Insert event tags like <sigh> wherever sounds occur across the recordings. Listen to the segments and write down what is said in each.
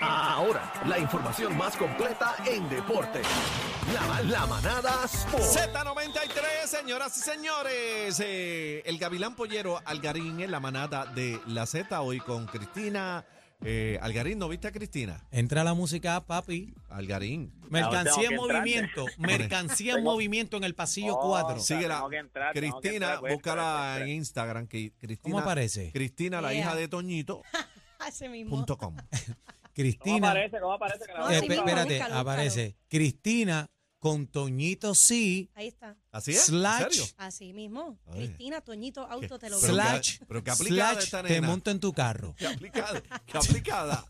Ahora, la información más completa en deporte. La, la manada Sport. Z93, señoras y señores. Eh, el Gavilán Pollero Algarín en la manada de la Z hoy con Cristina. Eh, Algarín, ¿no viste a Cristina? Entra la música, papi. Algarín. Mercancía en tengo que entrar. movimiento. Mercancía en movimiento en el pasillo Oh, 4. sí. Síguela. tengo que entrar, tengo que Cristina, entrar, voy a entrar, voy a búscala entrar. en Instagram. Que Cristina, ¿Cómo aparece? Cristina, la Yeah. hija de Toñito.com. Así mismo. ¿Cómo Cristina. aparece? ¿Cómo aparece? que la No, vas a Eh, sí pe- mismo, buscar? espérate, búscalo, aparece. Cristina con Toñito sí. Ahí está. ¿Así es? ¿En Slash. serio? Así mismo. Ay. Cristina, Toñito, Auto, te lo Pero doy. Slash. qué- pero qué aplicada slash, esta te nena. monto en tu carro. Qué aplicada, <laughs> qué aplicada.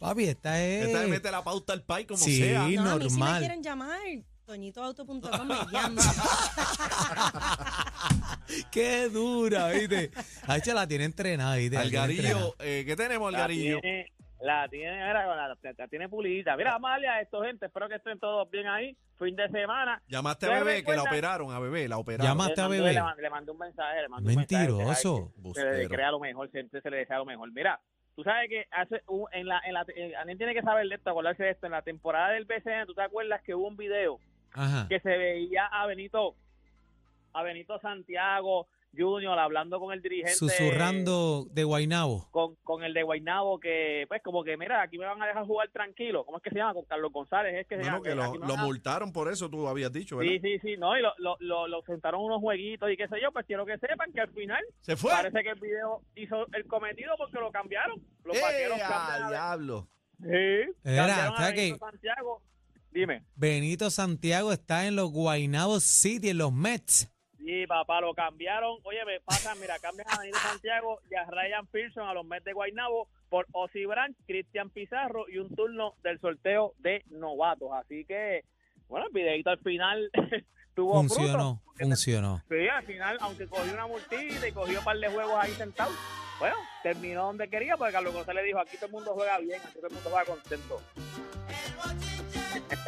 Papi, esta es. Esta le mete la pauta al pay como Sí. sea. y No, a mí si me normal. quieren llamar, toñitoauto.com me <laughs> llama. <laughs> Qué dura, ¿viste? Ahí se la tiene entrenada, ¿viste? La tiene entrenada. Algarillo, eh, ¿qué tenemos, La Algarillo? tiene, la tiene, mira, la, la- la tiene pulida. Mira, Amalia, esto, gente, espero que estén todos bien ahí. Fin de semana. Llamaste ¿Te a Bebé, que la recuerdas? operaron, a Bebé, la operaron. Llama- Le Mata, mandé- bebé. Le, mandé- le mandé un mensaje, le mandé un mensaje. Mentiroso. Se le Bustero. crea lo mejor, siempre se le desea lo mejor. Mira, tú sabes que hace un- en la, en la, en- alguien tiene que saber de esto, acordarse de esto. En la temporada del BCN, ¿tú te acuerdas que hubo un video Ajá. que se veía a Benito, a Benito Santiago Junior hablando con el dirigente? Susurrando de Guainabo. Con, con el de Guainabo que, pues, como que, mira, aquí me van a dejar jugar tranquilo. ¿Cómo es que se llama? Con Carlos González, es que se No, llama. no, que Aquí lo, me lo van a- multaron por eso, tú habías dicho, ¿verdad? Sí, sí, sí, no, y lo, lo, lo, lo sentaron unos jueguitos y qué sé yo, pues quiero que sepan que al final Se fue. Parece que el video hizo el cometido porque lo cambiaron. Los ¡Eh, vaqueros a cambiaron. a- diablo! Sí, Era, cambiaron a ¿sabes Benito qué? Santiago. Dime. Benito Santiago está en los Guainabo City, en los Mets. Sí, papá, lo cambiaron. Oye, me pasan, mira, cambian a Benito Santiago y a Ryan Pearson a los Mets de Guaynabo por Ozzy Branch, Cristian Pizarro y un turno del sorteo de novatos. Así que, bueno, el videito al final <laughs> tuvo fruto. Funcionó, funcionó. Sí, al final, aunque cogió una multita y cogió un par de juegos ahí sentado, bueno, terminó donde quería porque Carlos González dijo, aquí todo el mundo juega bien, aquí todo el mundo juega contento.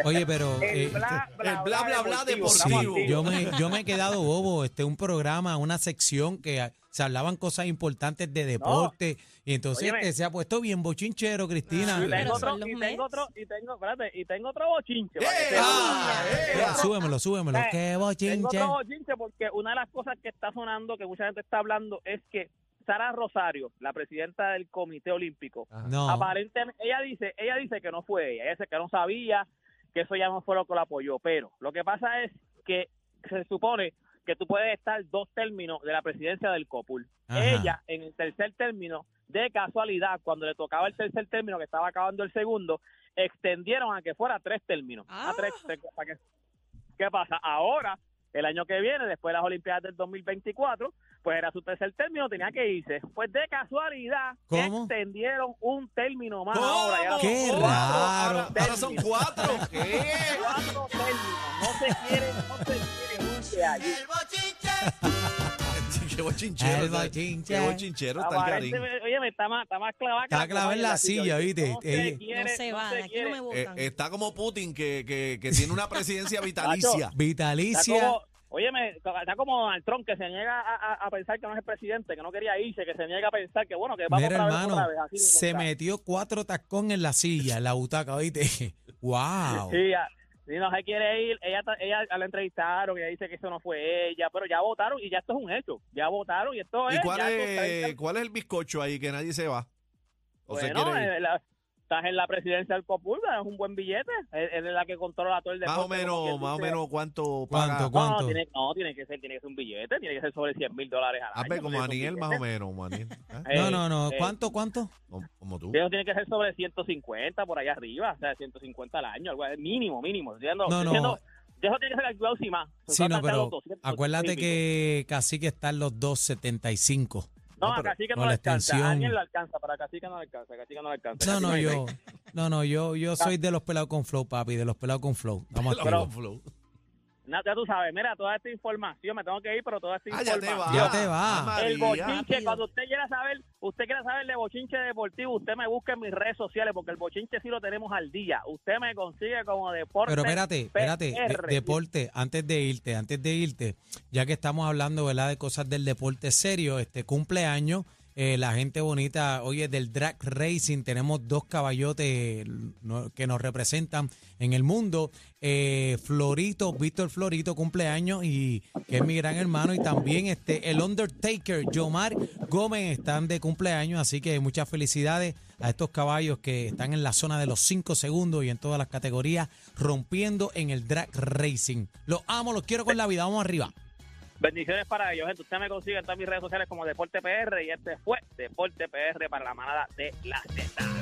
Oye, pero. eh, este, <laughs> El bla, bla, el bla, bla, bla Sí, deportivo. estamos yo activos. me, yo me he quedado bobo. Este un programa, una sección que ah, se hablaban cosas importantes de deporte. Y entonces Óyeme. este se ha puesto bien bochinchero, Cristina. Ah, Y tengo Pero son otro, los y Mets. tengo otro, y tengo, espérate, y tengo otro bochinche. para que ¡Eh! sepan. ¡Ah! ¡Eh! Mira, súbemelo, súbemelo. Eh, Qué Tengo bochinche. otro bochinche porque una de las cosas que está sonando, que mucha gente está hablando, es que Sara Rosario, la presidenta del Comité Olímpico, No. aparentemente ella dice ella dice que no fue ella ella dice que no sabía que eso ya no fue lo que lo apoyó pero lo que pasa es que se supone que tú puedes estar dos términos de la presidencia del COPUL Ajá. ella en el tercer término de casualidad cuando le tocaba el tercer término que estaba acabando el segundo extendieron a que fuera tres términos a Ah. tres te- para que- qué pasa ahora el año que viene, después de las Olimpiadas del 2024, pues era su tercer término, tenía que irse. Pues de casualidad, ¿Cómo? extendieron un término más ¿Cómo? ahora. ya ¿Qué? son ¿Cómo? raro. Ahora, ahora son <laughs> cuatro. ¿Qué? Cuatro términos. No se quieren, no se quieren irse de allí. Qué bochinchero. El bochinche. Qué bochinchero está Algarín. Aparentemente, Oye, me está más, está más clavada. que Está la clavada en cobaya la silla, ¿viste? No se, Eh, quiere, no se no van, se aquí no me quiere. Eh, votan. está como Putin, que, que, que tiene una <laughs> presidencia vitalicia. Está Vitalicia. como, oye, me, está como Donald Trump, que se niega a, a- a pensar que no es el presidente, que no quería irse, que se niega a pensar que, bueno, que vamos Mira, otra vez, hermano, otra vez, así mismo se está. metió cuatro tacón en la silla, en la butaca, <laughs> ¿viste? ¡Wow! Sí, ya. Si no se quiere ir, ella, ta- ella la entrevistaron, ella dice que eso no fue ella, pero ya votaron y ya esto es un hecho. Ya votaron y esto es. ¿Y cuál ya esto está en- es, cuál es el bizcocho ahí que nadie se va? ¿O se Bueno, quiere ir? eh, la- estás en la presidencia del Copulga, es un buen billete, es, es la que controla todo el Más deporte. o como menos, quien más o dice. menos cuánto ¿Cuánto, paga. cu- No, no, ¿Cuánto? tiene, no, tiene que ser, tiene que ser un billete, tiene que ser sobre 100 mil dólares al Ah, año. pues, como tiene que ser Aniel, un más o billete. menos, como Aniel. ¿Ah? Eh, No, no, no. eh, ¿Cuánto, cuánto? Como, como tú. Eso tiene que ser sobre 150 por allá arriba, o sea, 150 al año, algo así, mínimo, mínimo. Estoy diciendo- No, estoy no. diciendo- Eso tiene que ser calculado sin más. Se Sí, Pues va a no, alcanzar pero los 200, acuérdate y pico. que Cacique está en los <laughs> 2.75. No, No, a pero- Cacique no, no la le alcanza. extensión. A alguien le alcanza, para Cacique no le alcanza. a Cacique no le alcanza. No, Cacique no, hay yo, break. no, no, yo, Ah. yo soy de los pelados con flow, papi, de los pelados con flow. Vamos Pero- a No, ya tú sabes, mira, toda esta información, me tengo que ir, pero toda esta Ah, ya información. te va. Ya te va. Ah, El María. bochinche, Rápido. cuando usted quiera saber, usted quiera saber de bochinche deportivo, usted me busca en mis redes sociales, porque el bochinche sí lo tenemos al día. Usted me consigue como deporte. Pero espérate, espérate, de- PR. deporte, antes de irte, antes de irte, ya que estamos hablando, ¿verdad?, de cosas del deporte serio, este cumpleaños eh, la gente bonita. Hoy es del drag racing. Tenemos dos caballotes eh, no- que nos representan en el mundo. Eh, Florito, Víctor Florito, cumpleaños y que es mi gran hermano. Y también este el Undertaker, Yomar Gómez, están de cumpleaños. Así que muchas felicidades a estos caballos que están en la zona de los 5 segundos y en todas las categorías, rompiendo en el drag racing. Los amo, los quiero con la vida. Vamos arriba. Bendiciones para ellos, gente. Usted me consigue en todas mis redes sociales como Deporte PR y este fue Deporte PR para la manada de la Z.